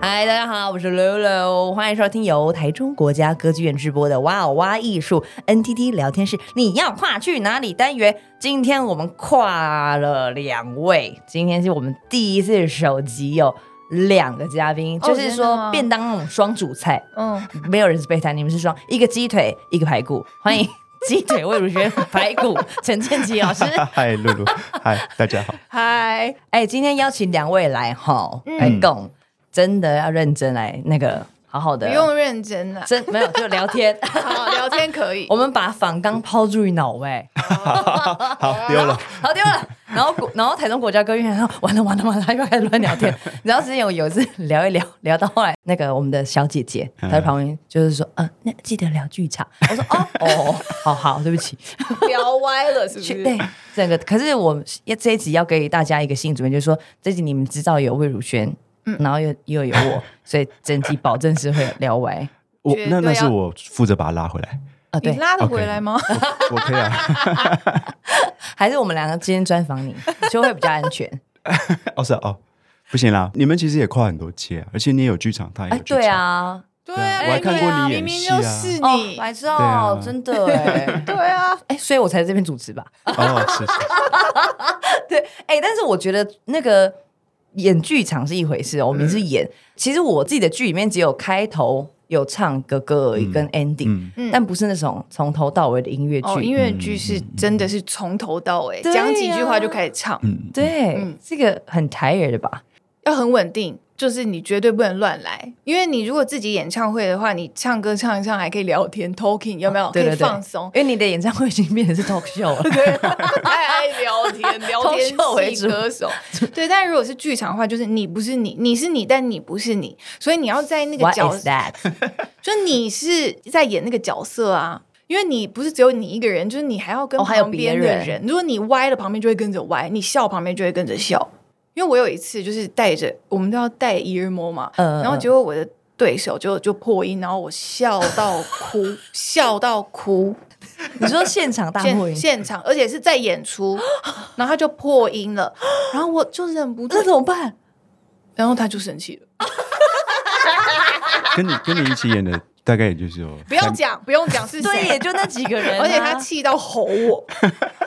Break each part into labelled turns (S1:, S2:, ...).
S1: 嗨，大家好，我是柳柳，欢迎收听由台中国家歌剧院直播的《哇哦哇艺术 NTT 聊天室》，你要跨去哪里单元？今天我们跨了两位，今天是我们第一次首集有两个嘉宾，
S2: 哦
S1: 就是
S2: 真的
S1: 说
S2: 吗
S1: 变当那种双主菜，
S2: 嗯，
S1: 没有人是备胎，你们是双，一个鸡腿，一个排骨，欢迎鸡腿魏如萱、排 骨陈建奇老 师。
S3: 啊嗨，露露，嗨，大家好。
S2: 嗨，
S1: 哎，今天邀请两位来哈，
S2: 嗯
S1: 来共，真的要认真来那个好好
S2: 不
S1: 的，
S2: 用认真了，
S1: 真没有就聊 天，
S2: 好聊天可以
S1: 我。们把仿纲抛诸于脑外，
S3: 好，丢了。
S1: 好丢了。然后国然后台中国家歌剧院，然后完了完了完了，又开始乱聊 天。然后之前有有一次聊一聊，聊到后来那个我们的小姐姐，
S2: 嗯
S1: 她在旁边就是说，嗯，那记得聊剧场。我说 哦哦，好好，对不起，
S2: 聊歪了是不
S1: 去哎对？整个，可是我们要这一集要给大家一个新主意，就是说这集你们知道有魏如萱，
S2: 嗯
S1: 然后又又有 我，所以整集保证是会聊歪
S3: 我
S2: 绝对
S3: 那那是
S2: 要
S3: 我负责把他拉回来，
S1: 啊。
S2: 你
S1: 对，
S2: 拉得回来吗？
S3: 我可以啊。
S1: 还是我们两个今天专访你，就会比较安全。
S3: 哦是啊哦，不行啦，你们其实也跨很多界啊，而且你也有剧场，他也
S1: 哎
S3: 有，剧场。
S1: 对，啊，
S2: 对
S3: 啊我还看过你演
S2: 明明
S3: 戏
S2: 就
S3: 啊
S2: 是
S1: 哦，
S2: 你，
S1: 白痴
S3: 对啊
S1: 哦，真的哎。
S2: 对啊，
S1: 哎，所以我才在这边主持吧。
S3: 哦是是，
S1: 对，哎，但是我觉得那个演剧场是一回事哦，我们是演。其实我自己的剧里面只有开头有唱哥哥而已，
S3: 嗯
S1: 跟 ending，
S3: 嗯，
S2: 嗯
S1: 但不是那种从头到尾的音乐
S2: 哦，音
S1: 剧。
S2: 乐剧是真的是从头到尾
S1: 对啊
S2: 讲几句话就开始唱，
S1: 对
S2: 嗯，
S1: 这个很 tired 的吧？
S2: 要很稳定。就是你绝对不能乱来，因为你如果自己演唱会的话，你唱歌唱一唱还可以聊天 talking，有没有？
S1: 对对对
S2: 可以 放松，
S1: 因为你的演唱会已经变成是 talk show 了。
S2: 爱爱聊天，聊天
S1: 同秀为
S2: 系
S1: 主
S2: 歌手。对，但如果是剧场的话，就是你不是你，你是你，但你不是你，所以你要在那个
S1: What
S2: 角
S1: is
S2: 色，
S1: that？
S2: 就你是在演那个角色啊。因为你不是只有你一个人，就是你还要跟
S1: 哦还有
S2: 旁边的
S1: 别
S2: 人。
S1: 人
S2: 如果你歪了，旁边就会跟着歪；你笑，旁边就会跟着笑。因为我有一次就是带着，我们都要戴 ear 膜嘛，
S1: 嗯嗯
S2: 然后结果我的对手就就破音，然后我笑到哭， 笑到哭。
S1: 你说现场大破
S2: 现
S1: 音，
S2: 现场，而且是在 演出，然后他就破音了，然后我就忍 不住
S1: 那，怎么办？
S2: 然后他就生气了。
S3: 跟你跟你一起演的大概也就 是有
S2: 不要
S3: 三
S2: 讲，不用讲是
S1: 对，也
S2: 谁，
S1: 就那几个 人啊，
S2: 而且他气到吼我，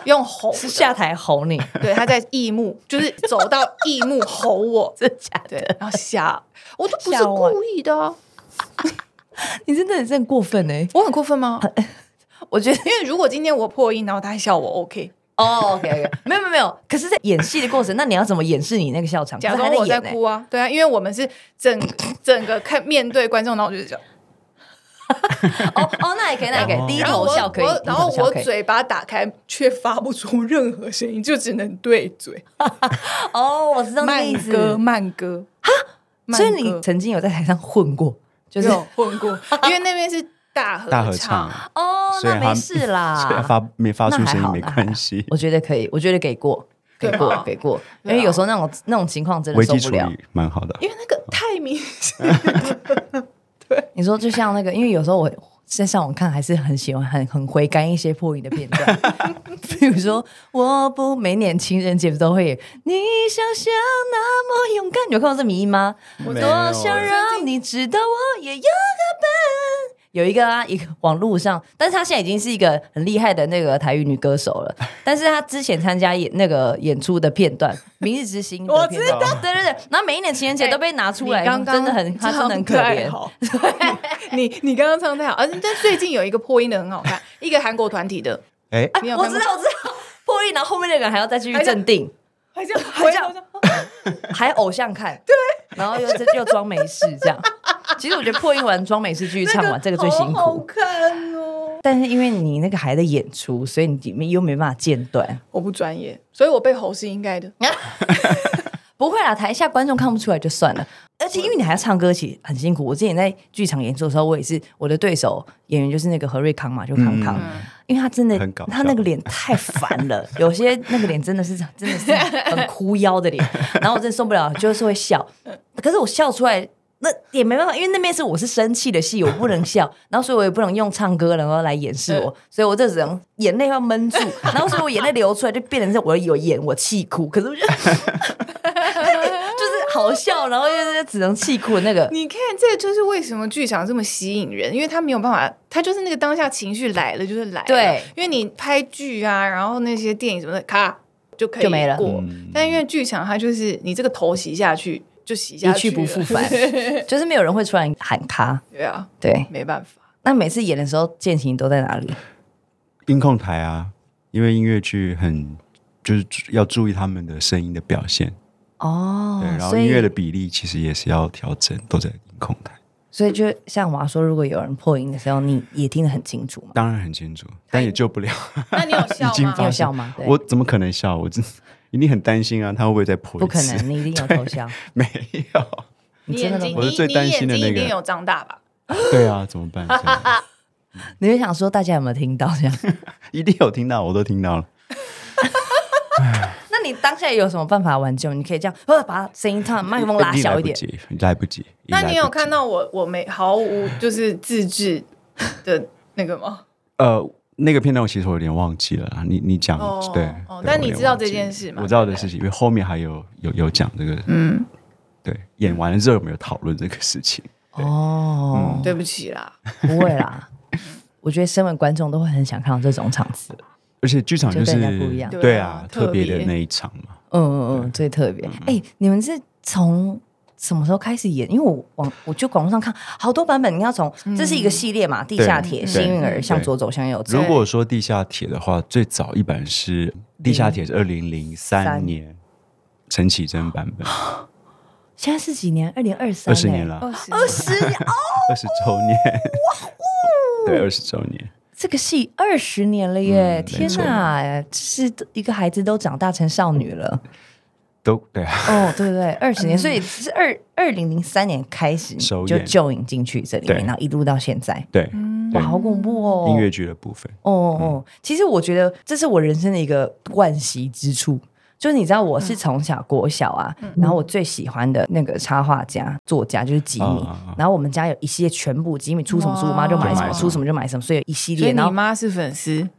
S2: 用吼
S1: 是
S2: 的
S1: 下台吼你，
S2: 对，他在异幕，就是走到异幕吼我，
S1: 真假
S2: 对，然后吓，我都不是
S1: 吓我
S2: 故意的啊、
S1: 你真的很真的过分哎、
S2: 我很过分吗？
S1: 我觉得
S2: 因为如果今天我破音，然后他笑我，OK，
S1: 哦，OK OK，没有没有没有，可是，在演戏的过程，那你要怎么掩饰你那个笑场？
S2: 假
S1: 可是
S2: 装
S1: 还
S2: 我在
S1: 演呢、欸
S2: 哭啊，对啊，因为我们是整整个看面对观众，然后我就是这样。
S1: 哦哦， 那也可以，那也可以，
S3: 哦
S1: 低
S2: 然后
S1: 头
S2: 我
S1: 笑可以，
S2: 我
S1: 低
S2: 然后
S1: 头笑
S2: 我
S1: 可以。
S2: 嘴巴打开，却发不出任何声音，就只能对嘴。
S1: 哦，我知道那个
S2: 慢
S1: 意思。
S2: 歌，慢歌哈，慢
S1: 所以
S2: 歌
S1: 你曾经有在台上混过，就是
S2: 有混过，因为那边是大合
S3: 大合
S2: 唱
S3: 唱，，
S1: 哦，
S3: 虽
S1: 那
S3: 然他
S1: 没事啦，
S3: 虽然发没发
S1: 啊那
S3: 出
S1: 还
S3: 声音
S1: 好
S3: 没
S1: 那还
S3: 关系
S1: 好，我觉得可以，我觉得给过，给
S2: 对吧
S1: 过，给过，因
S2: 对啊
S1: 为有时候那种那种情况真的
S3: 危
S1: 受
S3: 机
S1: 不
S3: 处
S1: 了。
S3: 理蛮好的。
S2: 因为那个太明显。
S1: 你说就像那个，因为有时候我在上网看，还是很喜欢很很回甘一些破音的片 段，比如说我不每年情人节都会有你想象那么勇敢，你有看过这迷音吗？我
S3: 没有
S1: 多想让你知道我也有个伴。有一个啊，一个网络上，但是她现在已经是一个很厉害的那个台语女歌手 了。但是她之前参加演那个演出的片段，《明日之星》的
S2: 我
S1: 片
S2: 知
S1: 段，对对对。然后每一年情人节都被拿出来，
S2: 你刚刚
S1: 真的很，她真的很可
S2: 唱太
S1: 怜。
S2: 好你你刚刚唱太好，而且但最近有一个破音的很好看，一个韩国团体的，
S3: 哎，
S2: 你有
S1: 我
S2: 看
S1: 知
S2: 过
S1: 道，我知道，破音，然后后面那个人还要再继续镇定，
S2: 还这样还这样，
S1: 还偶像看，对，然后又又装没事这样。其实我觉得破音完装没事继续唱完，这个最辛
S2: 好好
S1: 苦。
S2: 看哦。
S1: 但是因为你那个还在演出，所以你里面又没办法间断。
S2: 我不专业，所以我被吼是应该的。
S1: 不会啦，台下观众看不出来就算了，而且因为你还要唱歌，其实很辛苦。我之前在剧场演出的时候，我也是我的对手演员就是那个何瑞康嘛，就康康，因为他真的
S3: 嗯很搞笑
S1: 他那个脸太烦了， 有些那个脸真的是真的是很哭腰的脸， 然后我真的受不了，就是会笑，可是我笑出来。那也没办法，因为那边是我是生气的戏，我不能笑， 然后所以我也不能用唱歌然后来掩饰 我，所以我就只能眼泪要闷住，然后所以我眼泪流出来就变成是我有演我气哭，可是我就就是好笑，然后就是只能气哭的那个。
S2: 你看，这就是为什么剧场这么吸引人，因为他没有办法，他就是那个当下情绪来了就是来了。
S1: 对，
S2: 因为你拍剧啊，然后那些电影什么的，咔就可以
S1: 就没了
S2: 过。但因为剧场，它就是你这个头洗下去就洗下
S1: 一
S2: 去
S1: 去
S2: 了，
S1: 不复 返，就是没有人会突然喊卡。
S2: 对啊，
S1: 对，
S2: 没办法。
S1: 那每次演的时候，建行都在哪里？
S3: 音控台啊，因为音乐剧很就是要注意他们的声音的表现，
S1: 哦
S3: 对，然，后
S1: 所
S3: 音乐的
S1: 以
S3: 比例其实也是要调整，都在音控台，
S1: 所以就像我说，如果有人破音的时候，你也听得很清楚嘛？
S3: 当然很清楚，但也救不了。
S2: 那你有
S3: 已
S2: 笑
S3: 经
S2: 吗
S1: 你有
S3: 发？
S1: 笑吗？对
S3: 我怎么可能笑？我真一定很担心啊，他会不会再破
S1: 不
S3: 一次？
S1: 可能，，你一定有偷笑。
S3: 没有。
S2: 你
S1: 真
S2: 眼
S1: 的
S2: 睛，
S3: 我是
S2: 你
S3: 最担
S2: 你
S3: 心
S2: 眼
S3: 的
S2: 睛
S3: 那
S2: 一
S3: 个
S2: 定有张大吧？
S3: 对啊，怎么办？怎么办
S1: 你就想说大家有没有听到这样？
S3: 一定有听到，我都听到了。
S1: 那你当下有什么办法挽救？你可以这样，呃，把声音唱麦克风拉
S3: 定
S1: 小
S3: 来
S1: 一
S3: 不
S1: 点。
S3: 及，来不及。
S2: 那
S3: 来
S2: 你
S3: 不
S2: 有
S3: 及
S2: 看到我我没毫无就是自制的那个吗？
S3: 呃，那个片段我其实我有点忘记了啊，你你讲、
S2: 哦
S3: 对，
S2: 哦
S3: 对
S2: 但
S3: 我
S2: 你
S3: 有点
S2: 知道
S3: 忘
S2: 这
S3: 记
S2: 件事吗
S3: 我知道的事情，因为后面还有有有讲这个，
S2: 嗯，
S3: 对，演完了之后有没有讨论这个事情？
S1: 哦，
S2: 对不起啦，
S3: 嗯
S1: 不会啦。我觉得身为观众都会很想看到这种场次，
S3: 而且剧场
S1: 就跟
S3: 是
S1: 人家不一样
S3: 对
S2: 对
S3: 啊
S2: 啊，
S3: 特
S2: 特别
S3: 别的那一场嘛，
S1: 嗯嗯嗯，最特别。哎、你们是从什么时候开始演？因为我网我就广络上看好多版本，你要从这是一个系列嘛，地下铁、
S3: 嗯对
S1: 幸运儿
S3: 对
S1: 向左走向右走
S3: 如，果说地下铁的话，最早一版是地下铁是二零零三
S1: 三
S3: 年陈绮贞版本，
S1: 现在是几年？二零二三，
S3: 二十年，了，
S2: 二十
S1: 二十年哦，
S3: 二十周年， 对，二十周年，
S1: 这个戏二十年了耶！
S3: 嗯没
S1: 天
S3: 错
S1: 哪，这是一个孩子都长大成少女 了。
S3: 都对啊，
S1: 哦，对对，二十年，所以是二二零零三年开始你
S3: 嗯首
S1: 就
S3: 演
S1: 就引进去这里面，
S3: 对
S1: 然后一路到现在，
S3: 对，
S2: 嗯
S1: 哇，
S3: 对
S1: 好恐怖哦！
S3: 音乐剧的部分，
S1: 哦
S3: 嗯
S1: 哦，其实我觉得这是我人生的一个惋惜之处。就是你知道，我是从小国小啊，然后我最喜欢的那个插画家、作家就是吉米，
S3: 啊啊啊
S1: 然后我们家有一系列全部吉米出什么书，我妈就买
S2: 哇
S1: 什么，
S3: 就买
S1: 出什么就买什么，所以有一系
S2: 所以
S1: 列。然
S2: 你
S1: 后
S2: 妈是粉丝，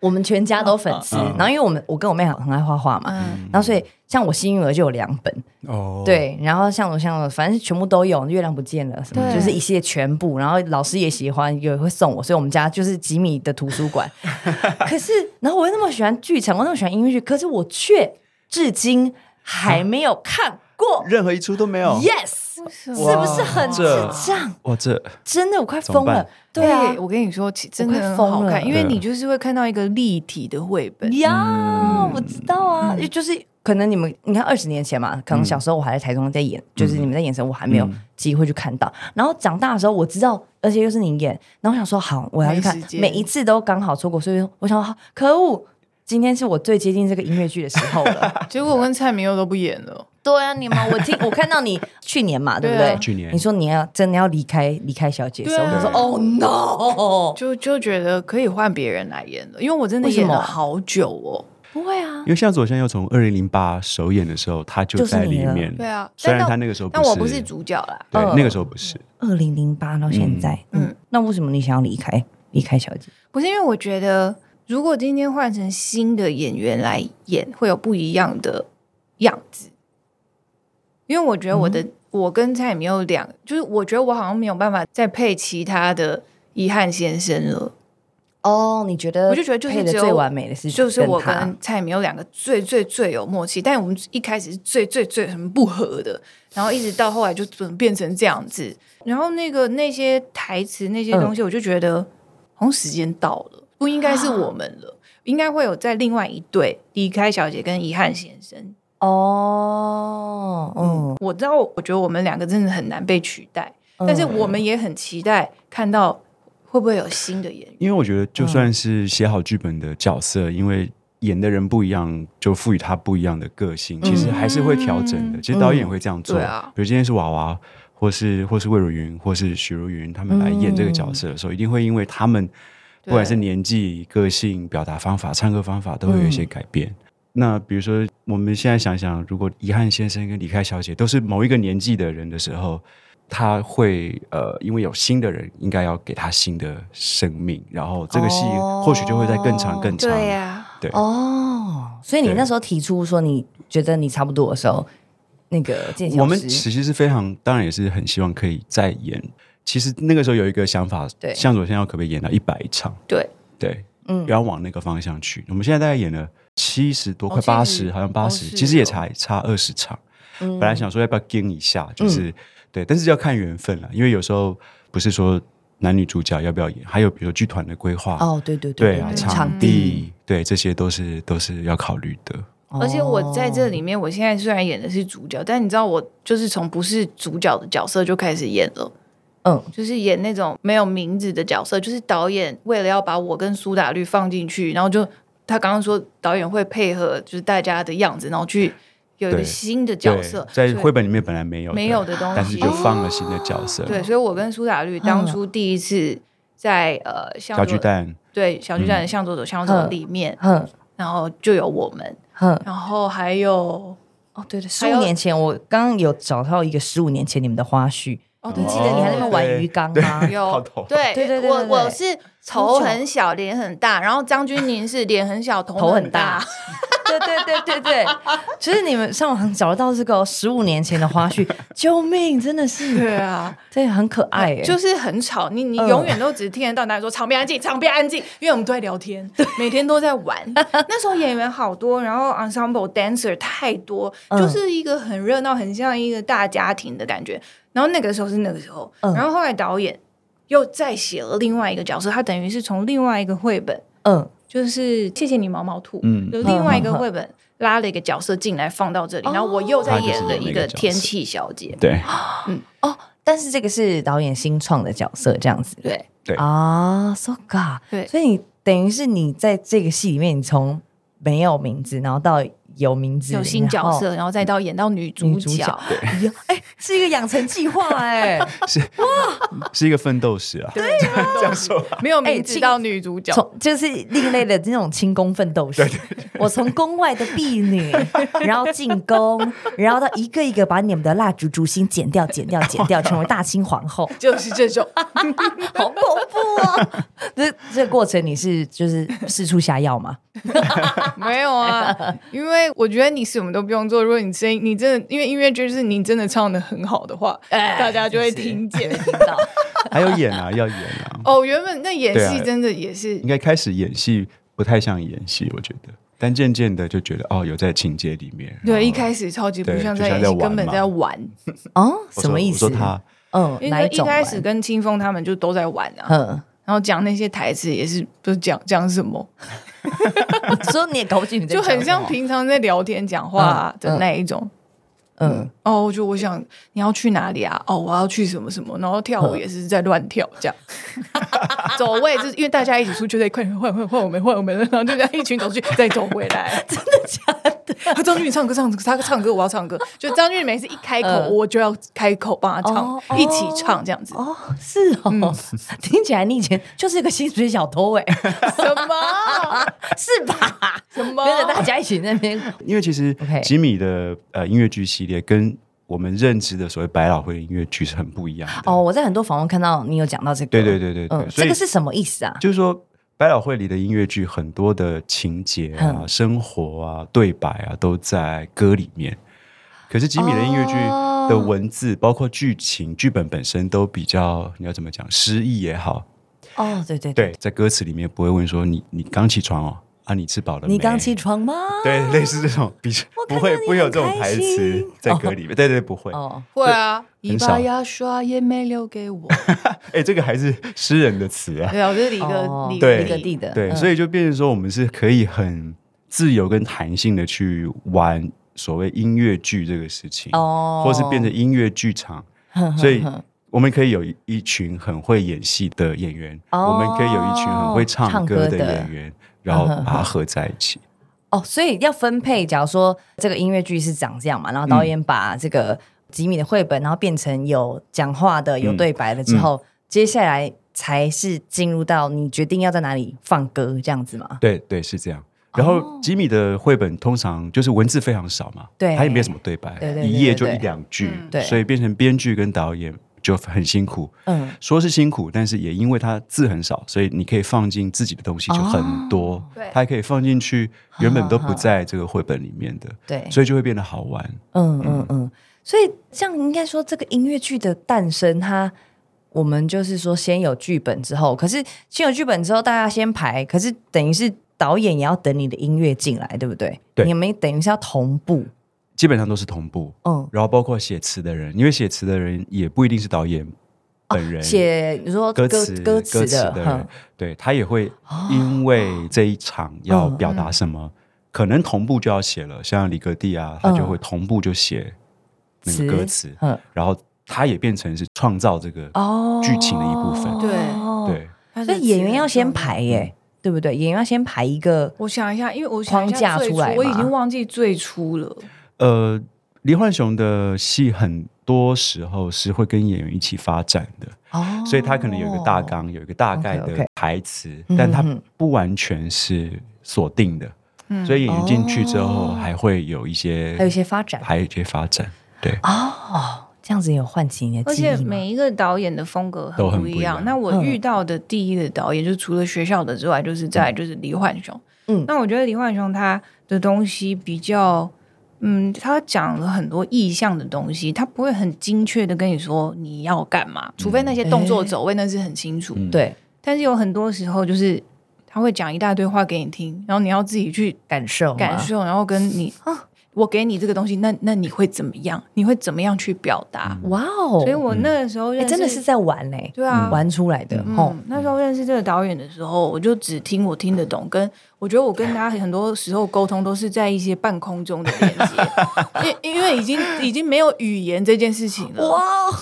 S1: 我们全家都粉丝，
S3: 嗯嗯
S1: 然后因为我们我跟我妹很很爱画画嘛，
S2: 嗯，
S1: 然后所以像我幸运儿就有两本，
S3: 哦，
S1: 对，然后像我像我，反正全部都有，月亮不见了什么，
S2: 对
S1: 就是一系列全部。然后老师也喜欢，也会送我，所以我们家就是吉米的图书馆。 可是，然后我又那么喜欢剧场，我那么喜欢音乐剧，可是我却至今还没有看过。
S3: 任何一出都没有
S1: yes，
S2: 是
S1: 是不是很智
S3: 啊这
S1: 障？
S3: 哇，这
S1: 真的，我快
S3: 怎么
S1: 疯了
S3: 办。
S1: 对啊，
S2: 我跟你说，其真的
S1: 我快
S2: 很
S1: 疯
S2: 好看，
S1: 了
S2: 因为
S3: 对
S2: 你就是会看到一个立体的绘本。
S3: 嗯
S1: 呀，我知道啊，也就是可能你们你看二十年前嘛，可能小时候我还在台中在
S3: 嗯
S1: 演，就是你们在演的时候我还没有机会去看到。然后长大的时候我知道，而且又是你演，然后我想说好，我要去看
S2: 没时，间
S1: 每一次都刚好错过，所以我想好可恶。今天是我最接近这个音乐剧的时候了。
S2: 结果我跟蔡明佑都不演了，
S1: 对啊，你们我听我看到你去年嘛，对不
S2: 对
S1: 对
S2: 啊？
S3: 去年
S1: 你说你要真的要离开离开小姐的时候，我
S2: 对啊
S1: 就说哦 Oh no，
S2: 就就觉得可以换别人来演了，因为我真的
S1: 为什
S2: 演
S1: 么
S2: 了好久哦。
S1: 不会啊
S3: 因，为向左向右从二零零八首演的时候，他就
S1: 就是
S3: 在
S1: 你
S3: 里
S1: 了
S3: 面。
S2: 对啊，
S3: 虽然
S2: 但
S3: 他那个时候
S2: 但
S3: 不
S2: 我不
S3: 是
S2: 是主角啦，
S3: 对
S1: 嗯，
S3: 那个时候不是。
S1: 二零零八到现在，
S2: 嗯
S1: 嗯，那为什么你想要离开离开小姐？
S2: 不是因为我觉得，如果今天换成新的演员来演，会有不一样的样子。因为我觉得我的、我跟蔡明有两，就是我觉得我好像没有办法再配其他的遗憾先生了，
S1: 哦，你觉得
S2: 我就觉得就是
S1: 配的
S2: 只有
S1: 最完美的是
S2: 就是我
S1: 他
S2: 跟蔡明有两个最最最有默契，但我们一开始是最最最很不合的，然后一直到后来就怎么变成这样子，然后那个那些台词那些东西，我就觉得好像时间到了，不应该是我们了，应该会有在另外一对离开小姐跟遗憾先生。
S1: 哦，嗯，
S2: 我知道，我觉得我们两个真的很难被取代，但是
S1: 嗯
S2: 我们也很期待看到会不会有新的演员。
S3: 因为我觉得，就
S2: 嗯
S3: 算是写好剧本的角色，因为演的人不一样，就赋予他不一样的个性，其实还是会调整的。其实导演会这样做
S2: 嗯对啊，
S3: 比如今天是娃娃，或是或是魏如云，或是许茹芸，他们来演这个角
S2: 嗯
S3: 色的时候，一定会因为他们不管是年纪、个性、表达方法、唱歌方法，都会有一
S2: 嗯
S3: 些改变。那比如说，我们现在想想，如果遗憾先生跟李开小姐都是某一个年纪的人的时候，他会呃，因为有新的人，应该要给他新的生命，然后这个戏
S1: 哦
S3: 或许就会再更长、更长。
S2: 对呀、啊
S3: 对
S1: 哦，所以你
S3: 对
S1: 那时候提出说你觉得你差不多的时候，那个见习
S3: 我
S1: 老
S3: 们
S1: 师？
S3: 其实是非常，当然也是很希望可以再演。其实那个时候有一个想法，
S1: 对
S3: 向左先要可不可以演到一百场？
S2: 对，
S3: 对，
S1: 嗯
S3: 不要往那个方向去。我们现在大概演了七十多，
S2: 哦
S3: 快
S2: 70
S3: 八十，好像八
S2: 哦
S3: 十，
S2: 是
S3: 其实也
S2: 哦
S3: 才差二十场。
S1: 嗯
S3: 本来想说要不要跟一下，就是对，但是要看缘分了，因为有时候不是说男女主角要不要演，还有比如说剧团的规划，
S1: 哦，对对
S3: 对啊，
S1: 对，
S3: 场
S1: 地，
S3: 地，对，这些都是都是要考虑的。
S2: 而且我在这
S1: 里，
S3: 哦
S2: 里面，我现在虽然演的是主角，但你知道，我就是从不是主角的角色就开始演了。
S1: 嗯，
S2: 就是演那种没有名字的角色，就是导演为了要把我跟苏打绿放进去，然后就他刚刚说导演会配合就是大家的样子，然后去有一
S3: 对
S2: 个新的角
S3: 对
S2: 色，
S3: 在
S2: 所以
S3: 绘本里面本来没有
S2: 没有的东
S3: 但是
S2: 西
S3: 就放了新的角色，
S2: 对，所以我跟苏打绿当初第一次在呃向
S3: 嗯小
S2: 左
S3: 巨蛋，嗯
S2: 对小巨蛋的向左走向左走里面，
S1: 嗯哼
S2: 然后就有我们，
S1: 哼，
S2: 然后还有
S1: 哦，对对，十
S2: 还有
S1: 五年前我刚刚有找到一个十五年前你们的花絮，
S2: 哦
S1: 你记得你还在那边玩鱼缸 吗？
S2: 有
S3: 泡头
S2: 对
S1: 对对对
S2: 我
S1: 对对
S2: 我是头很小，脸很大，然后张钧甯是脸很小，头
S1: 头很
S2: 很
S1: 大， 对对对对对，就是你们上网找得到这个哦十五年前的花 絮，救命，真的是，
S2: 对啊，
S1: 对，很可爱耶，
S2: 就是很吵，你你
S1: 哎嗯
S2: 永远都只听得到大家说场边安静，场边安静，因为我们都在聊天，每天都在 玩。那时候演员好多，然后 ensemble dancer 太多，
S1: 嗯
S2: 就是一个很热闹，很像一个大家庭的感觉。然后那个时候是那个时候，
S1: 嗯
S2: 然后后来导演又再写了另外一个角色，他等于是从另外一个绘本，
S1: 嗯
S2: 就是谢谢你毛毛兔，
S3: 嗯
S2: 有另外一个绘本拉了一个角色进来放到这里，
S1: 哦
S2: 然后我又在
S3: 他就是
S2: 演了一
S3: 那个
S2: 个
S3: 角色
S2: 天气小姐，
S3: 对
S1: 哦，但是这个是导演新创的角色，这样子
S2: 对。
S3: 对
S1: 啊，so ga，
S2: 对
S1: 所以你等于是你在这个戏里面，你从没有名字，然后到有名字，
S2: 有新角色，然后再到演到女
S1: 然后
S2: 主
S1: 女主角
S2: 角，，
S1: 哎呦哎，是一个养成计划 哎，
S3: 是是一个奋斗史啊，
S2: 对， 这样说没有名
S1: 哎
S2: 字
S1: 亲
S2: 到女主角，
S1: 从就是另类的那种清宫奋斗史。 我从宫外的婢 女，然后进宫，然后到一个一个把你们的蜡烛烛芯剪掉、剪掉、剪掉，成为大清皇 后，
S2: 就是这种，
S1: 好恐怖哦！这这个过程你是就是四处下药嘛？
S2: 没有啊，因为我觉得你什么都不用做，如果你声音，你真的，因为音乐剧是你真的唱的很好的话，大家就会听见。
S1: 听到
S3: 还有演啊，要演啊，
S2: 哦，原本那演
S3: 对
S2: 戏
S3: 啊
S2: 真的也是
S3: 应，该开始演戏不太像演戏，我觉得，但渐渐的就觉得哦，有在情节里面，然后
S2: 对，一开始超级不
S3: 对
S2: 像
S3: 就
S2: 在
S3: 像
S2: 演
S3: 在
S2: 戏，
S3: 玩
S2: 根本
S3: 嘛
S2: 在玩，
S1: 哦，
S3: 我说
S1: 什么意思？
S3: 我说他
S1: 嗯，
S2: 因
S1: 哪一
S2: 为一
S1: 种
S2: 开
S1: 玩？
S2: 始跟清风他们就都在玩啊，
S1: 嗯，
S2: 然后讲那些台词也是，不是讲讲什么，
S1: 说你也搞不清你在
S2: 就
S1: 讲
S2: 很
S1: 什
S2: 像
S1: 么
S2: 平常在聊天讲话啊
S1: 嗯
S2: 的
S1: 嗯
S2: 那一种。
S1: 嗯，
S2: 哦，我就我想你要去哪里啊？哦，我要去什么什么，然后跳
S1: 嗯
S2: 舞也是在乱跳这样， 走位就是因为大家一起出去，对，快点换换换我们换我们，然后就这样一群 走出去，再走回来。真的假的？张俊唱歌唱歌，他唱歌我要唱歌，就张俊每次一开口、
S1: 嗯
S2: 我就要开口帮他唱，
S1: 哦哦
S2: 一起唱这样子。
S1: 哦，是哦，
S2: 嗯
S1: 听起来你以前就是一个薪水小 偷哎、啊
S2: 什 么
S1: 是吧？
S2: 什么
S1: 跟？着大家一起那边，
S3: 因为其实
S1: OK
S3: 吉米的呃音乐剧系列跟我们认知的所谓百老汇的音乐剧是很不一样的。
S1: 哦，，我在很多访问看到你有讲到这个，
S3: 对对对对对，
S1: 嗯，这
S3: 所以
S1: 个是什么意思 啊？
S3: 就是说百老汇里的音乐剧很多的情节啊、
S1: 嗯
S3: 生活啊、对白啊都在歌里面。可是吉米的音乐剧
S1: 哦
S3: 的文字，包括剧情、剧本本身都比较，你要怎么讲，诗意也好，
S1: 哦，对对
S3: 对，在歌词里面不会问说你你刚起床哦，啊你吃饱了没？
S1: 你刚起床吗？
S3: 对，类似这种，比
S1: 我看
S3: 不
S1: 到
S3: 会
S1: 你
S3: 不会有
S1: 很
S3: 这种
S1: 开
S3: 台词
S1: 心
S3: 在歌里面，对对不会。
S1: 哦，
S2: 会啊，一
S3: 少
S2: 把牙刷也没留给 我。
S3: 哎，这个还是诗人的词啊，
S2: 对啊，我就是一
S1: 哦
S2: 个一
S3: 对
S1: 一个地的，嗯
S3: 对，所
S1: 以
S3: 以就变成说我们是可以很自由跟弹性的去玩所谓音乐剧这个事情，
S1: 哦嗯
S3: 或是变成音乐剧场，所以。我们可以有一一群很会演戏的演员，
S1: 哦
S3: 我们可以有一群很会唱
S1: 唱
S3: 歌
S1: 歌
S3: 的
S1: 的嗯
S3: 演员，然后把它合在一起。
S1: 哦，所以要分配。假如说这个音乐剧是长这样嘛，然后导演把这个吉米的绘本，然后变成有讲话的、有对白的之后，
S3: 嗯
S1: 接下来才是进入到你决定要在哪里放歌这样子嘛？
S3: 对对，是这样。然后吉米的绘本通常就是文字非常少嘛，
S1: 哦对
S3: 他也没有什么对白，
S1: 对对对
S3: 一页就
S1: 对
S3: 一
S1: 对
S3: 两句
S2: 嗯，
S1: 对
S3: 所以变成编剧跟导演就很辛苦。
S1: 嗯，
S3: 说是辛苦，但是也因为它字很少，所以你可以放进自己的东西就很多，
S1: 哦
S2: 对
S3: 它还可以放进去原本都不在这个绘本里面的，
S1: 对，
S3: 所以就会变得好玩。
S1: 嗯嗯嗯，所以这样应该说，这个音乐剧的诞生，它我们就是说先有剧本之后，可是先有剧本之后，大家先排，可是等于是导演也要等你的音乐进来，对不对？
S3: 对
S1: 你们等于是要同步，
S3: 基本上都是同步，
S1: 嗯，
S3: 然后包括写词的人，因为写词的人也不一定是导演本人，
S1: 哦写你说
S3: 歌
S1: 歌
S3: 词
S1: 歌
S3: 词
S1: 词的，
S3: 人
S1: 嗯，
S3: 对他也会因为这一场要表达什
S1: 哦嗯
S3: 么，可能同步就要写了，像李格弟啊，他就会同步就写那个歌词，
S1: 嗯，
S3: 然后他也变成是创造这个
S1: 哦，
S3: 剧情的一部分
S2: 对
S1: 对，
S3: 对
S1: 所以演员要先排耶，对不对？演员要先排一个，
S2: 我想一下，因为我想一
S1: 框
S2: 下
S1: 架
S2: 最初
S1: 出来嘛
S2: 我已经忘记最初了。
S3: 呃，黎焕雄的戏很多时候是会跟演员一起发展的，
S1: 哦，
S3: 嗯所以他可能有一个大，纲，有一个大概的
S1: OK，OK
S3: 台词，
S1: 嗯
S3: 但他
S1: 嗯嗯
S3: 不完全是锁定的。
S2: 嗯
S3: 所以演员进去之后
S1: 哦
S3: 还会有一些，
S1: 还有一些发展
S3: 还有一些发展，对，
S1: 哦，这样子有唤起你的
S2: 而
S1: 记忆吗？
S2: 且每一个导演的风格
S3: 都很
S2: 不
S3: 不一
S2: 一
S3: 样
S2: 样。那我
S1: 嗯
S2: 遇到的第一个导演，就除了学校的之外，就是再来就是李焕雄。
S1: 嗯
S2: 那我觉得李焕雄他的东西比较，嗯，他讲了很多意象的东西，他不会很精确的跟你说你要干嘛，除非那些动作
S1: 哎
S2: 走位那是很清楚。
S3: 嗯
S1: 对
S2: 但是有很多时候就是他会讲一大堆话给你听，然后你要自己去
S1: 感受嘛
S2: 感受，然后跟你啊，我给你这个东西，那那你会怎么样？你会怎么样去表达？
S1: 哇哦！
S2: 所以我那个时候
S1: 哎、
S2: 认识、
S1: 真的是在玩嘞、
S2: 对啊。
S1: 玩出来的
S2: 嗯
S1: 哦。
S2: 那时候认识这个导演的时候，我就只听我听得懂，跟我觉得我跟他很多时候沟通都是在一些半空中的连 接，因因为已经已经没有语言这件事情了，
S1: 哇，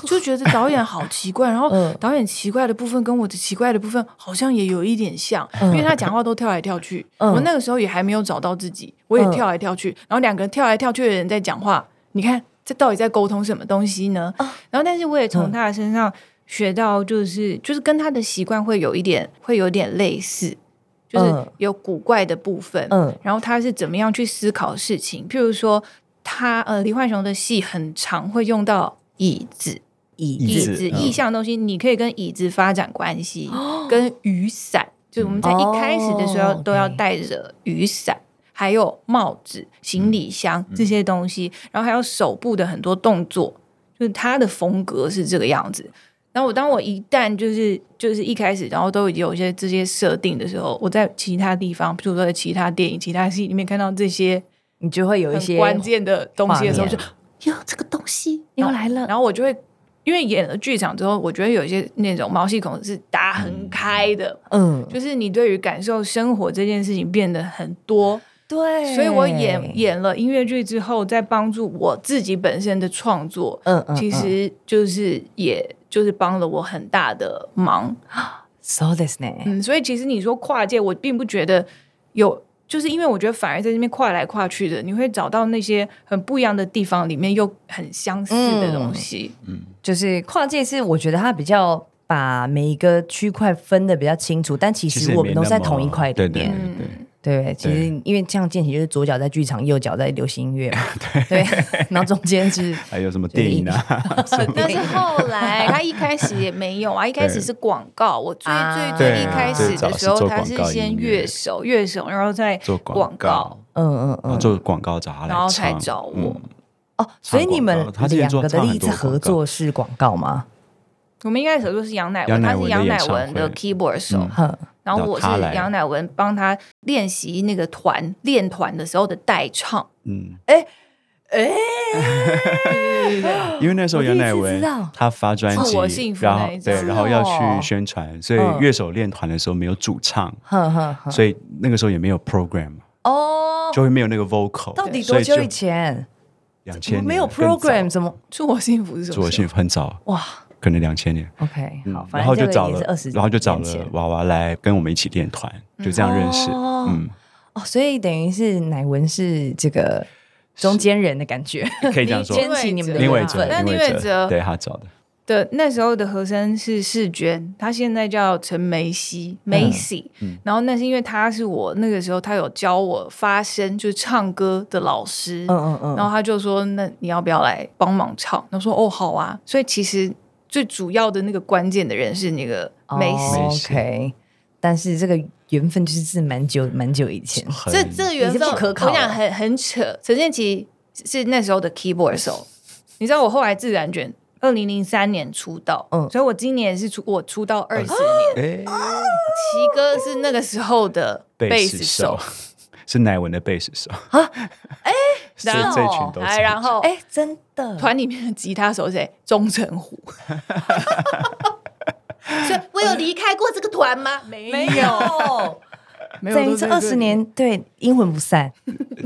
S2: 就觉得导演好奇怪，然后
S1: 嗯
S2: 导演奇怪的部分跟我的奇怪的部分好像也有一点像，因为他讲话都跳来跳去。
S1: 嗯
S2: 我那个时候也还没有找到自己，我也跳来跳去，然后两个跳来跳去的人在讲话，你看这到底在沟通什么东西呢？
S1: 啊
S2: 然后，但是我也
S1: 嗯
S2: 从他的身上学到，就是就是跟他的习惯会有一点会有点类似，就是
S1: 嗯
S2: 有古怪的部分。
S1: 嗯
S2: 然后他是怎么样去思考事情？譬如说，他呃，李焕雄的戏很常会用到椅子，
S1: 椅
S3: 椅
S2: 椅
S3: 子
S2: 子
S3: 嗯
S2: 意象的东西，你可以跟椅子发展关系，跟雨伞，就是我们在一开始的时候
S1: 哦
S2: 都要
S1: OK
S2: 带着雨伞。还有帽子、行李
S1: 嗯
S2: 箱这些东西，然后还有手部的很多动作，就是他的风格是这个样子。然后我当我一旦就是就是一开始，然后都已经有一些这些设定的时候，我在其他地方，比如说在其他电影、其他戏里面看到这些
S1: 你就会有一
S2: 很
S1: 些
S2: 关键的东西的时候，
S1: 画
S2: 就
S1: 面
S2: 哟这个东西又来
S1: 嗯
S2: 了。然后我就会因为演了剧场之后，我觉得有一些那种毛细孔是打很开的，
S1: 嗯，
S2: 就是你对于感受生活这件事情变得很多。
S1: 对。
S2: 所以我演演了音乐剧之后，再帮助我自己本身的创作，
S1: 嗯嗯嗯
S2: 其实就是也就是帮了我很大的忙。
S1: so this 呢、
S2: 嗯，所以其实你说跨界，我并不觉得有，就是因为我觉得反而在这边跨来跨去的，你会找到那些很不一样的地方，里面又很相似的
S1: 嗯
S2: 东西。
S1: 就是跨界是我觉得它比较把每一个区块分的比较清楚，但其
S3: 其实
S1: 实
S3: 也
S1: 我们
S3: 没
S1: 都
S3: 那
S1: 是在
S3: 么
S1: 同一块里
S3: 对
S1: 面。嗯
S3: 对对对
S1: 对，其实因为这样见起就是左脚在剧场，右脚在流行音乐 嘛。对，然后中间是
S3: 还有什么电影啊？
S2: 但是后来他一开始也没有啊，一开始是广告。我最
S1: 啊
S2: 最最一开始
S3: 对最
S2: 的
S3: 早是
S2: 时候，
S3: 做
S2: 他
S3: 广
S2: 是
S3: 告
S2: 先
S3: 音乐
S2: 乐手，乐手，然后再
S3: 做
S2: 广
S3: 广告，，
S1: 嗯嗯
S3: 然后
S1: 嗯
S3: 做广告找他来
S2: 然后才
S3: 唱
S2: 找我
S3: 嗯
S1: 哦，所以你
S3: 唱
S1: 们
S3: 广告他之前
S1: 两
S3: 做
S1: 个的
S3: 唱很
S1: 第一次
S3: 多广
S1: 合
S3: 告
S1: 作是广告吗？
S2: 我们一开始合作是杨乃
S3: 杨
S2: 文，
S3: 乃
S2: 他
S3: 文
S2: 是
S3: 的
S2: 杨乃
S3: 演唱
S2: 文的
S3: 会
S2: keyboard 手，
S3: 嗯
S1: 哼，
S2: 然后
S3: 然后
S2: 我是
S3: 他来
S2: 杨乃文帮他练习那个团练团的时候的代唱。
S3: 嗯，
S1: 哎、
S3: 因为那时
S1: 我
S3: 候
S1: 第
S3: 杨
S1: 一
S3: 乃
S1: 次
S3: 文
S1: 知道
S3: 他发专
S2: 自
S3: 辑
S2: 我幸，福
S3: 然
S2: 那
S3: 后
S2: 一
S3: 对，
S2: 张
S3: 然后要
S1: 哦
S3: 去宣传，所以
S1: 嗯
S3: 乐手练团的时候没有主唱，
S1: 哼哼哼，
S3: 所以那个时候也没有 program，
S1: 哦，
S3: 就会没有那个 vocal。
S1: 到底
S3: 所
S1: 多
S3: 以就
S1: 久以前？
S3: 两千
S1: 没有 program 怎么？
S2: 祝我幸福是什么时候？
S3: 做幸福很早，
S1: 哇
S3: 可能两千年。
S1: ，OK，
S3: 嗯
S1: 好，反
S3: 然
S1: 正
S3: 后
S1: 这
S3: 就
S1: 个
S3: 找
S1: 也是
S3: 了
S1: 二十，，
S3: 然后就找
S1: 年前嗯
S3: 了娃娃来跟我们一起练团，就这样认识。
S1: 哦
S3: 嗯，
S1: 哦，所以等于是乃文是这个中间人的感 觉，
S3: 可以这样说。
S1: 牵 起你们的
S3: 林伟
S1: 缘
S3: 哲，
S1: 分。
S2: 那
S3: 林
S2: 林
S3: 伟
S2: 伟哲
S3: 对他找的，
S2: 的那时候的和声是世娟，她现在叫陈梅西
S1: 嗯
S2: Macy，、然后那是因为她是我那个时候她有教我发声，就是唱歌的老师，
S1: 嗯嗯嗯，
S2: 哦然后她就说那你要不要来帮忙唱？然后说哦好啊，所以其实最主要的那个关键的人是那个梅西。
S1: 哦 OK，但是这个缘分就是是蛮久蛮久以前，
S3: 很
S2: 这这个缘
S1: 已
S2: 分
S1: 经不可考了
S2: 我想很很扯。陈建奇是那时候的 keyboard 手，你知道我后来自然卷，二零零三年出道，
S1: 嗯哦
S2: 所以我今年是出我出道二十年。
S3: 哎，
S2: 奇哥是那个时候的贝
S3: 贝
S2: 斯
S3: 斯
S2: 手
S3: 手， 是乃文的贝斯手啊， 哎，这
S1: 然后
S3: 这群都
S2: 哎，
S3: 是
S2: 然后
S1: 哎，真的，
S2: 团里面的吉他手是谁？钟成 虎。所以我有离开过这个团吗？ 没
S1: 没有，
S2: 没
S1: 等于这二十。年对阴魂不散，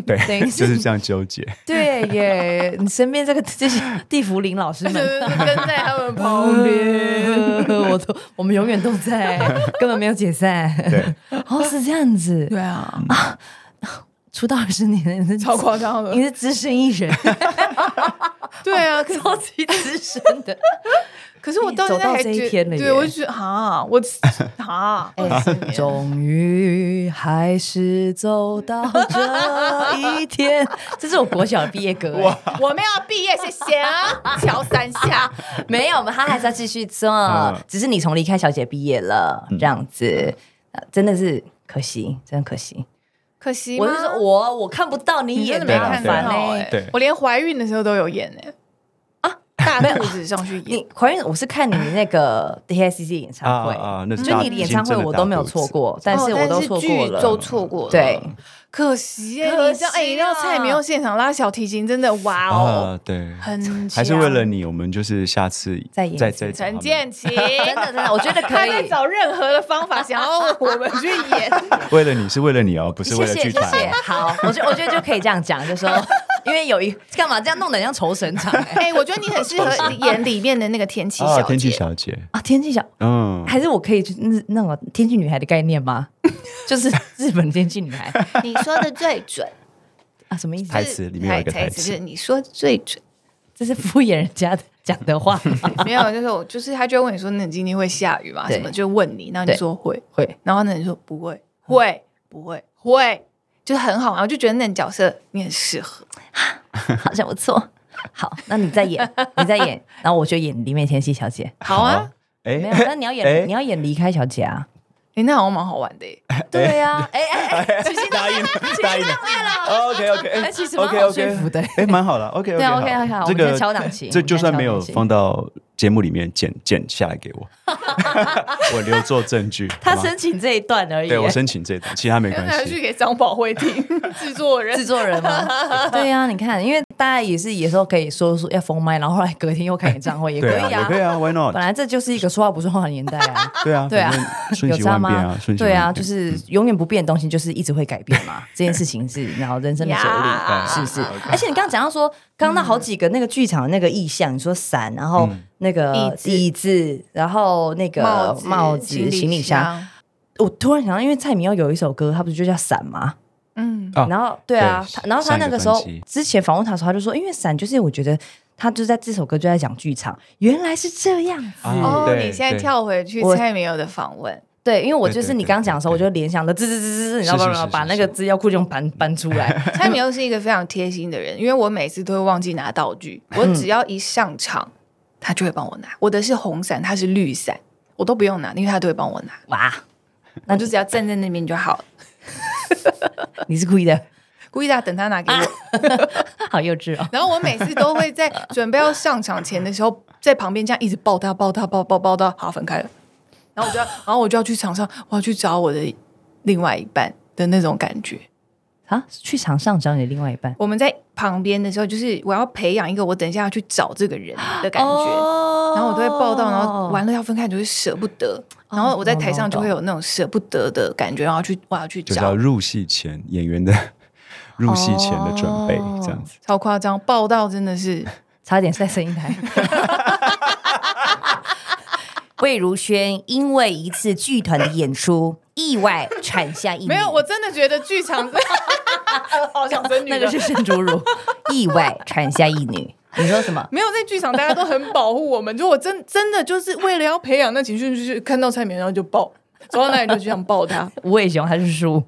S1: 等
S3: 对，
S1: 于是
S3: 就是这样纠 结。
S1: 对耶，你身边这个这些地福林老师
S2: 都
S1: 们。 哦
S2: 是跟在他们旁边，
S1: 我都，我们永远都在，根本没有解散。
S3: 对，
S1: 哦，是这样子，
S2: 对 啊，
S1: 出道二十年，你是
S2: 超夸张的
S1: 你，是资深艺 人，
S2: 对啊，可是
S1: 超级资深的。
S2: 可是我到现在还
S1: 走到这
S2: 觉
S1: 一天了耶
S2: 对我就觉得哈，我哈，二十 年
S1: 终于还是走到这一 天，这是我国小毕业歌、欸。
S2: 我们要毕业，谢谢啊，敲三下，
S1: 没有，他还是要继续做，
S3: 嗯
S1: 只是你从离开小姐毕业了，
S2: 嗯
S1: 这样子、呃真的是可惜，真的可惜。
S2: 可惜吗
S1: 我是说我我看不到你
S2: 你真
S1: 演
S2: 的
S1: 的，
S2: 没
S1: 好
S2: 看
S1: 烦
S2: 到
S1: 欸
S2: 哎
S3: 对，
S2: 我连怀孕的时候都有演哎啊，大肚子上去演，
S1: 你怀孕，我是看你那个 DICC 演唱会，
S3: 啊啊那是
S1: 就
S3: 大
S1: 你的演唱会我都没有错过，但是
S2: 嗯哦
S1: 我都错过
S2: 剧都
S1: 了。
S2: 错过了，
S1: 对，
S2: 可惜哎，
S1: 可
S2: 你知道哎，
S1: 惜
S2: 你知道
S1: 啊
S2: 蔡明佑现场拉小提琴真的哇
S3: 啊
S2: 哦，，
S3: 对，
S2: 很强
S3: 还是为了你，我们就是下次
S1: 再演一
S3: 再
S1: 次
S3: 再
S2: 陈 建奇，真
S1: 真的真的，我觉得可
S2: 他在
S1: 以。
S2: 找任何的方法想要我们去 演，
S3: 为了你是为了你哦，不 是
S1: 谢
S3: 为了
S1: 谢
S3: 剧
S1: 谢
S3: 团。
S1: 谢，好，我觉我觉得就可以这样讲，就 说因为有一干嘛这样弄得很像仇神场哎
S2: 哎、我觉得你很适合演里面的那个天气小
S3: 啊，
S2: 姐。
S3: 天气小姐，
S1: 啊！天气小
S3: 嗯，
S1: 还是我可以去那那种天气女孩的概念吗？ 就是日本天气女孩
S2: 你说的最准，
S1: 啊，什么意思？
S3: 台词里面有一个台
S2: 词，就
S3: 词
S2: 是，你说最准。
S1: 这是敷衍人家的讲的 话吗？
S2: 没有，就是我，就是他就会问你说，那你今天会下雨吗？
S1: 对
S2: 什么就问你，然后你
S1: 对嗯
S2: 说会，
S1: 会，
S2: 然后呢你说不会，会不会会，就是很好，然后就觉得那个角色你很适合。
S1: 好像不错。好，那你再 演，你再演，然后我就演里面天气小姐。
S2: 好啊，，
S3: 哎
S1: 没有，，那你要
S3: 哎
S1: 演，你要演离开小姐啊。
S2: 哎、那好像蛮好玩 的耶。
S1: 对呀，哎 哎哎，
S3: 答应了，答应了，OK OK，
S1: 哎其实蛮好说服的
S3: 哎，蛮好了，OK
S1: 对
S3: OK
S1: 啊，OK，好好我
S3: 这
S1: 们
S3: 个
S1: 先敲档期我
S3: 这
S1: 们
S3: 就
S1: 先
S3: 算
S1: 敲
S3: 没有
S1: 档期
S3: 放到节目里面剪剪下来给 我，我留作证据。
S1: 他
S3: 好吗
S1: 申请这一段而已。
S3: 对我申请这一段，其他没
S2: 然后
S3: 关
S2: 还
S3: 系
S2: 去。给张宝慧听，制作人
S1: 哎制作人 吗？对啊呀、你看，因为大家也是有时候可以说说要封麦，然后后来隔天又开演唱会，也可
S3: 对
S1: 以
S3: 啊，也
S1: 啊。
S3: 可以啊，Why not？
S1: 本来这就是一个说话不算话的 年代啊。
S3: 对啊，
S1: 对啊
S3: 反正瞬
S1: 有
S3: 息
S1: 差
S3: 万变
S1: 吗
S3: 啊，？瞬息万
S1: 对啊，
S3: 变。
S1: 就是永远不变的东西，就是一直会改变 嘛。这件事情是，然后人生的哲
S3: 啊
S2: 呀
S1: 啊理是不是？而且你刚刚讲到说，刚刚那好几个那个剧场的那个意象，你说伞，然后
S3: 嗯
S1: 那个
S2: 椅子
S1: 椅子，然后那个帽子、行李箱。，我突然想到，因为蔡明耀有一首歌，他不是就叫伞吗？
S2: 嗯，
S3: 啊
S1: 然后对啊，
S3: 对
S1: 他然后他那个时候
S3: 上一个专辑
S1: 之前访问他的时候，他就说，因为伞就是我觉得他就在这首歌就在讲剧场，原来是这样子。
S3: 啊
S2: 哦，
S3: 对
S2: 你现在
S3: 对
S2: 跳回去
S1: 我
S2: 蔡明佑的访问，
S1: 对，因为我
S3: 对
S1: 就是
S3: 对
S1: 你
S3: 对
S1: 刚刚讲的时候，我
S3: 对
S1: 就联想的吱吱吱吱，你知道
S3: 是是
S1: 吗？
S3: 是
S1: 把
S3: 是
S1: 那个
S3: 是
S1: 资料库就搬搬出来。
S2: 蔡明又是一个非常贴心的人，因为我每次都会忘记拿道具，我只要一上场，他就会帮我拿。我的是红伞，他是绿伞，我都不用拿，因为他都会帮我拿。
S1: 哇，
S2: 那就只要站在那边就好了，
S1: 你是故意的，
S2: 故意要啊等他拿给我。
S1: 好幼稚哦。
S2: 然后我每次都会在准备要上场前的时候，在旁边这样一直抱他，抱他，抱抱抱到好分开了。然后我就要，然后我就要去场上，我要去找我的另外一半的那种感觉。
S1: 啊，去场上找你的另外一半
S2: 我们在旁边的时候，就是我要培养一个我等一下要去找这个人的感觉。
S1: 哦
S2: 然后我都会报道，然 后完了要分开，你就会舍不得。然哦后我在台上就会有那种舍不得的感觉，然后去我要去
S3: 就是要
S2: 找，
S3: 入戏前演员的入戏前的准备，
S1: 哦
S3: 这 样子。
S2: 超夸张，报道真的是
S1: 差点在声音台。 魏如萱因为一次剧团的演出意外产下一名
S2: 没有，我真的觉得剧 场好想生女
S1: 那个
S2: 了
S1: 是盛竹 如，意外产下一女。你说什么？
S2: 没有在剧场，大家都很保护我们。就我真真的就是为了要培养那情绪，就是看到蔡明然后就抱，走到哪里就想抱 他，
S1: 吴伟雄还是输？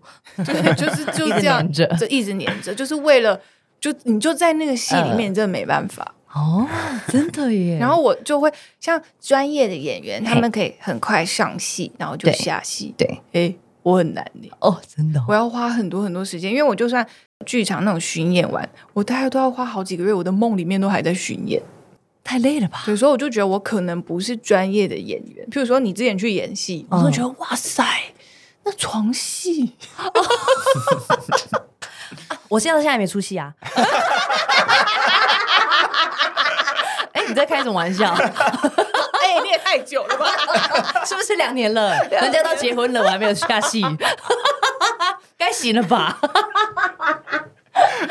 S2: 对，就是就这
S1: 一
S2: 样
S1: 直黏着
S2: 嗯就一直黏着，就是为了就你就在那个戏里面，你真的没办法。
S1: 哦，真的耶。
S2: 然后我就会像专业的演员，他
S1: 嗯嘿
S2: 们可以很快上戏，然后就
S1: 对
S2: 下戏。
S1: 对，
S2: 哎，我很难呢，
S1: 哦，真的哦、
S2: 我要花很多很多时间，因为我就算剧场那种巡演完，我大概都要花好几个月，我的梦里面都还在巡演。
S1: 太累了吧？
S2: 有时候我就觉得我可能不是专业的演员，譬如说你之前去演戏，我
S1: 嗯
S2: 就觉得、哇塞，那 床戏，
S1: 我现在到现在还没出戏 啊。 哎、你在开什么玩笑？
S2: 哎、你也太久了吧？
S1: 是不是两年了？人家都结婚了，我还没有下 戏，该行了吧？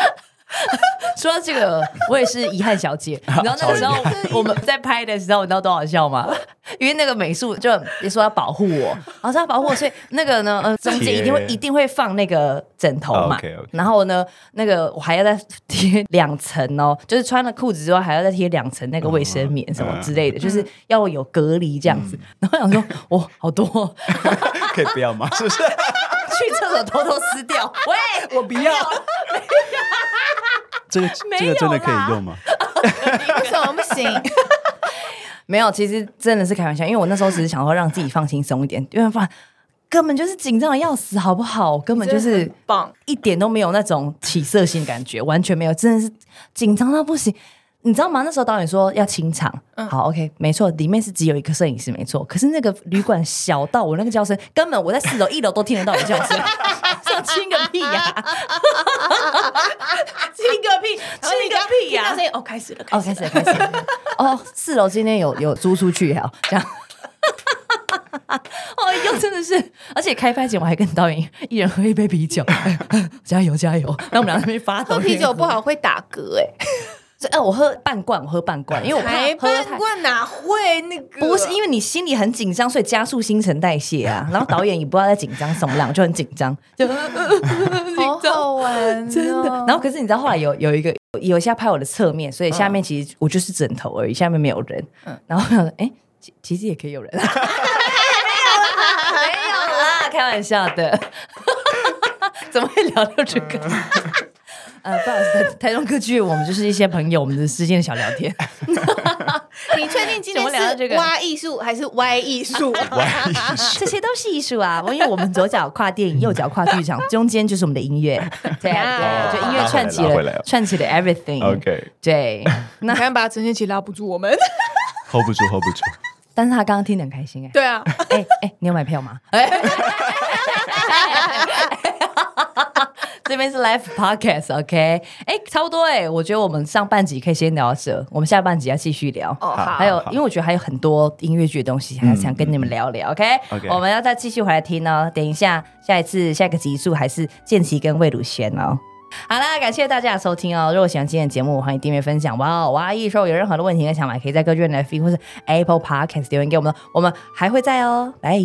S1: 说到这个，我也是遗憾小 姐。你知道那个时候我们在拍的时候，你知道多好笑吗？ 因为那个美术就也说要保护我，然后说要保护我，所以那个呢，呃，中间一定会
S3: 贴
S1: 一定会放那个枕头嘛。
S3: OK，OK
S1: 然后呢，那个我还要再贴两层哦， 就是穿了裤子之后还要再贴两层那个卫生棉什么之类的，
S3: 嗯
S1: 就是要有隔离这样子。然后想说，哇，好多 哦、
S3: 可以不要吗？是不是？
S1: 去厕所偷偷撕 掉。喂，
S3: 我不要。这个
S1: 没有
S3: 这个真的可
S1: 啦
S3: 以 用吗？
S2: 为什么不行？
S1: 没有，其实真的是开玩笑，因为我那时候只是想要让自己放轻松一点，因为发根本就是紧张的要死，好不好？根本就
S2: 真
S1: 是
S2: 的很 棒，
S1: 一点都没有那种起色性感觉，完全没有，真的是紧张到不行。你知道吗？那时候导演说要清场，
S2: 嗯
S1: 好，OK，没错，里面是只有一个摄影师，没错。可是那个旅馆小到我那个叫声，根本我在四楼、一楼都听得到我叫 声，要清个屁呀、
S2: 亲个屁，
S1: 亲个屁呀
S2: 听到声音哦，开始了，
S1: 哦，
S2: 开始
S1: 开
S2: 了。
S1: 始了，开始了。哦，四楼今天有有租出去哈，这样。 哦哟，真的是！而且开拍前我还跟导演一人喝一杯啤 酒， 哎加油加油！然后我们俩在那边发抖。
S2: 喝啤酒不，好会打嗝哎、
S1: 哎、我喝半罐，我喝半罐，因为我怕
S2: 台
S1: 喝
S2: 半
S1: 太。
S2: 罐哪会那个？
S1: 不是
S2: 为
S1: 因为你心里很紧张，所以加速新陈代谢啊。 然后导演也不知道在紧张什么，两个就很紧张， 就
S2: 好好玩、 哦，
S1: 真的。 然后可是你知道，后来有有一个有一下拍我的侧面，所以下面其实我就是枕头而已，下面没有人。
S2: 嗯
S1: 然后我想说，哎、其其实也可以有人、啊，没有啦， 开玩笑的。怎么会聊到这个？ 呃，不好意思，台台中歌剧院我们就是一些朋友，我们的之间的小聊天。
S2: 你确定今天
S1: 怎么聊到
S2: 是
S1: 这个
S2: 挖艺术还是歪 艺术？
S1: 这些都是艺术啊， 因为我们左脚跨电影，右脚跨剧场，中间就是我们的音乐，对啊，
S2: 哦
S1: 对，就音乐串起
S3: 拉回
S1: 了
S3: 来了
S1: 串起了 everything。
S3: OK，
S1: 对，
S2: 你看吧，陈建奇拉不住 我们。
S3: hold 不住，hold 不住。
S1: 但是他刚刚听得很开心哎、
S2: 对啊，
S1: 哎哎、你有买票吗？哎，这边是 Live Podcast，OK？、哎、差不多哎、我觉得我们上半集可以先聊到这，我们下半集要继续聊。
S2: 哦好
S1: 还有，
S3: 好嗯
S1: 因为我觉得还有很多音乐剧的东西，还想跟你们聊聊、o k
S3: OK
S1: 我们要再继续回来听哦。等一下，下一次下一个集数还是建奇跟魏如萱哦。好啦，感谢大家的收听哦！如果喜欢今天的节目，欢迎订阅、分享。哇哦，哇艺术有任何的问题跟想法，可以在各卷的 F 或是 Apple Podcast 留言给我们哦，我们还会在哦，拜。